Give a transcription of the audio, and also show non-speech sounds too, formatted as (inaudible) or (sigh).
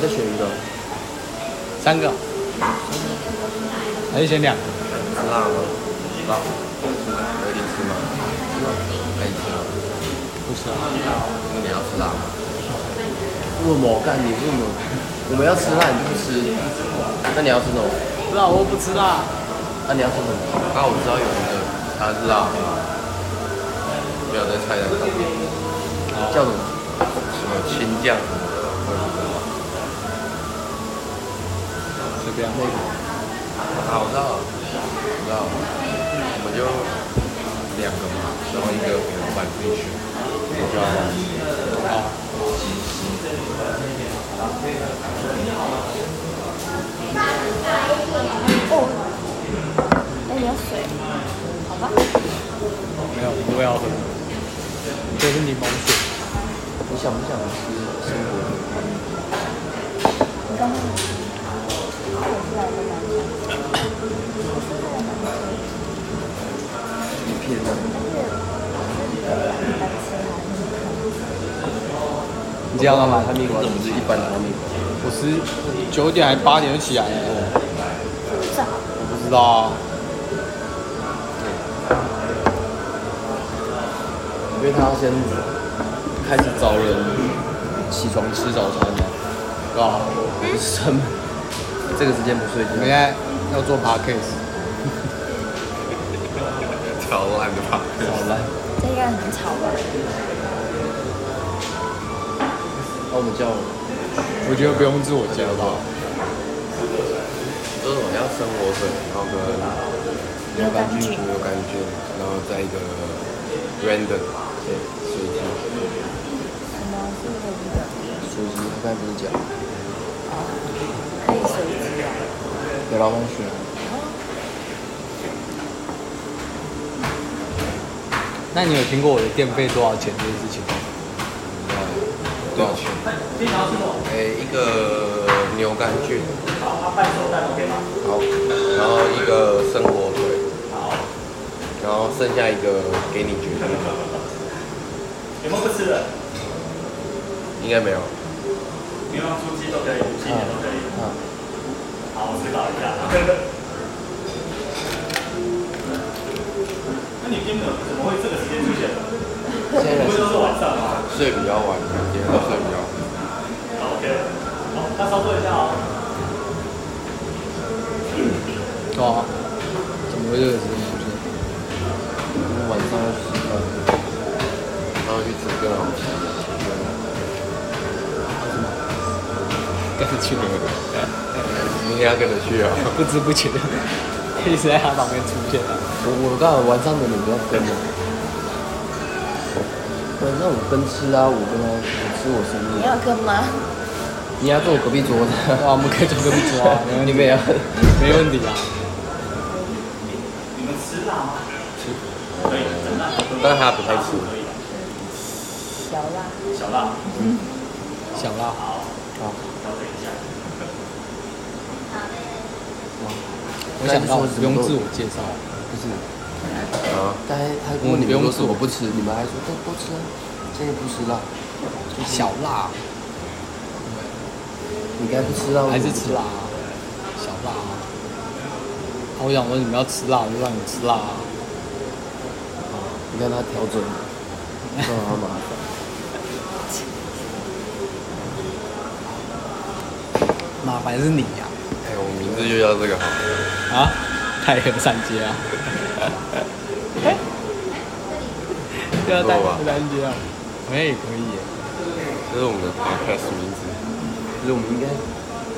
再选一个，三个，还是选两个？吃辣吗？辣，可以吃吗？可以吃吗？不吃啊，你要吃辣吗？为什么？干你为什么？我们要吃辣，你不吃？那你要吃什么？不知道我不吃辣，那、你要吃什么？啊，我知道有一个，它是辣的，没有在菜单上，叫什么？什么青酱什么的，我也不知道。随便。那个，啊，我知道了，我知道了，我们就两个嘛，然后一个给老板自己选，你知道吗？好，那你要水？好吧，没有，我要喝。这是柠檬水，你想不想吃生活的？你骗人！你这样干嘛？他米粉怎么是一般的米粉？我是九点还八点就起来了，这我不知道啊。因为他要先开始找人起床吃早餐嘛，对吧？什么？这个时间不睡我们现觉，在要做 podcast，超烂的吧？超烂。这应该很吵吧？那我们叫，我觉得不用自我介绍吧。就是我要生活水，然后跟牛肝菌牛肝菌，然后再一个 random 对，水鸡，什么是水鸡的？水鸡他刚才不是讲可以水鸡啊？有劳风雪，那你有听过我的电费多少钱这件事情吗？多少钱？诶，一个牛肝菌，好，然后一个生活水，好，然后剩下一个给你决定，有没有不吃的？应该没有，牛肉猪鸡都可以，五鸡也都可以。啊，好，我思考一下。那你今天怎么会这个时间出现？现在不会是都是晚上吗睡比较晚，今天都睡比较晚。好？OK。好，那稍作一下哦。对啊，怎么会这个事情出现？晚上要吃饭，然后去吃更好吃的。跟着去你的。明天要跟着去啊！不知不觉的 (laughs) 一直在他旁边出现了。我我刚好晚上的你不要跟我。晚上我跟吃啊，我跟他我吃我生你日。要跟吗？你要坐我隔壁桌的，哇，我们可以做个壁桌 (laughs) 啊，没问你题，们也要没问题啊。你们吃辣吗？吃。可以，整辣。但他不太吃可以。小辣，小辣，想啦，调整一下。我想到但是说不用什么都自我介绍，不是？啊，但他问我们你不用们都说我做不吃，你们还说都多吃啊，今天不吃辣，小辣你该不吃辣，还是吃辣啊？小辣啊。啊我想说你们要吃辣，我就让你们吃辣啊。你看他调整，让他麻烦。麻烦是你啊呀、哎，我名字就叫这个好。啊，啊，太很善接 (laughs) 啊。对啊，太很善接啊。我也可以耶，这是我们的 podcast 名字。其实我们应该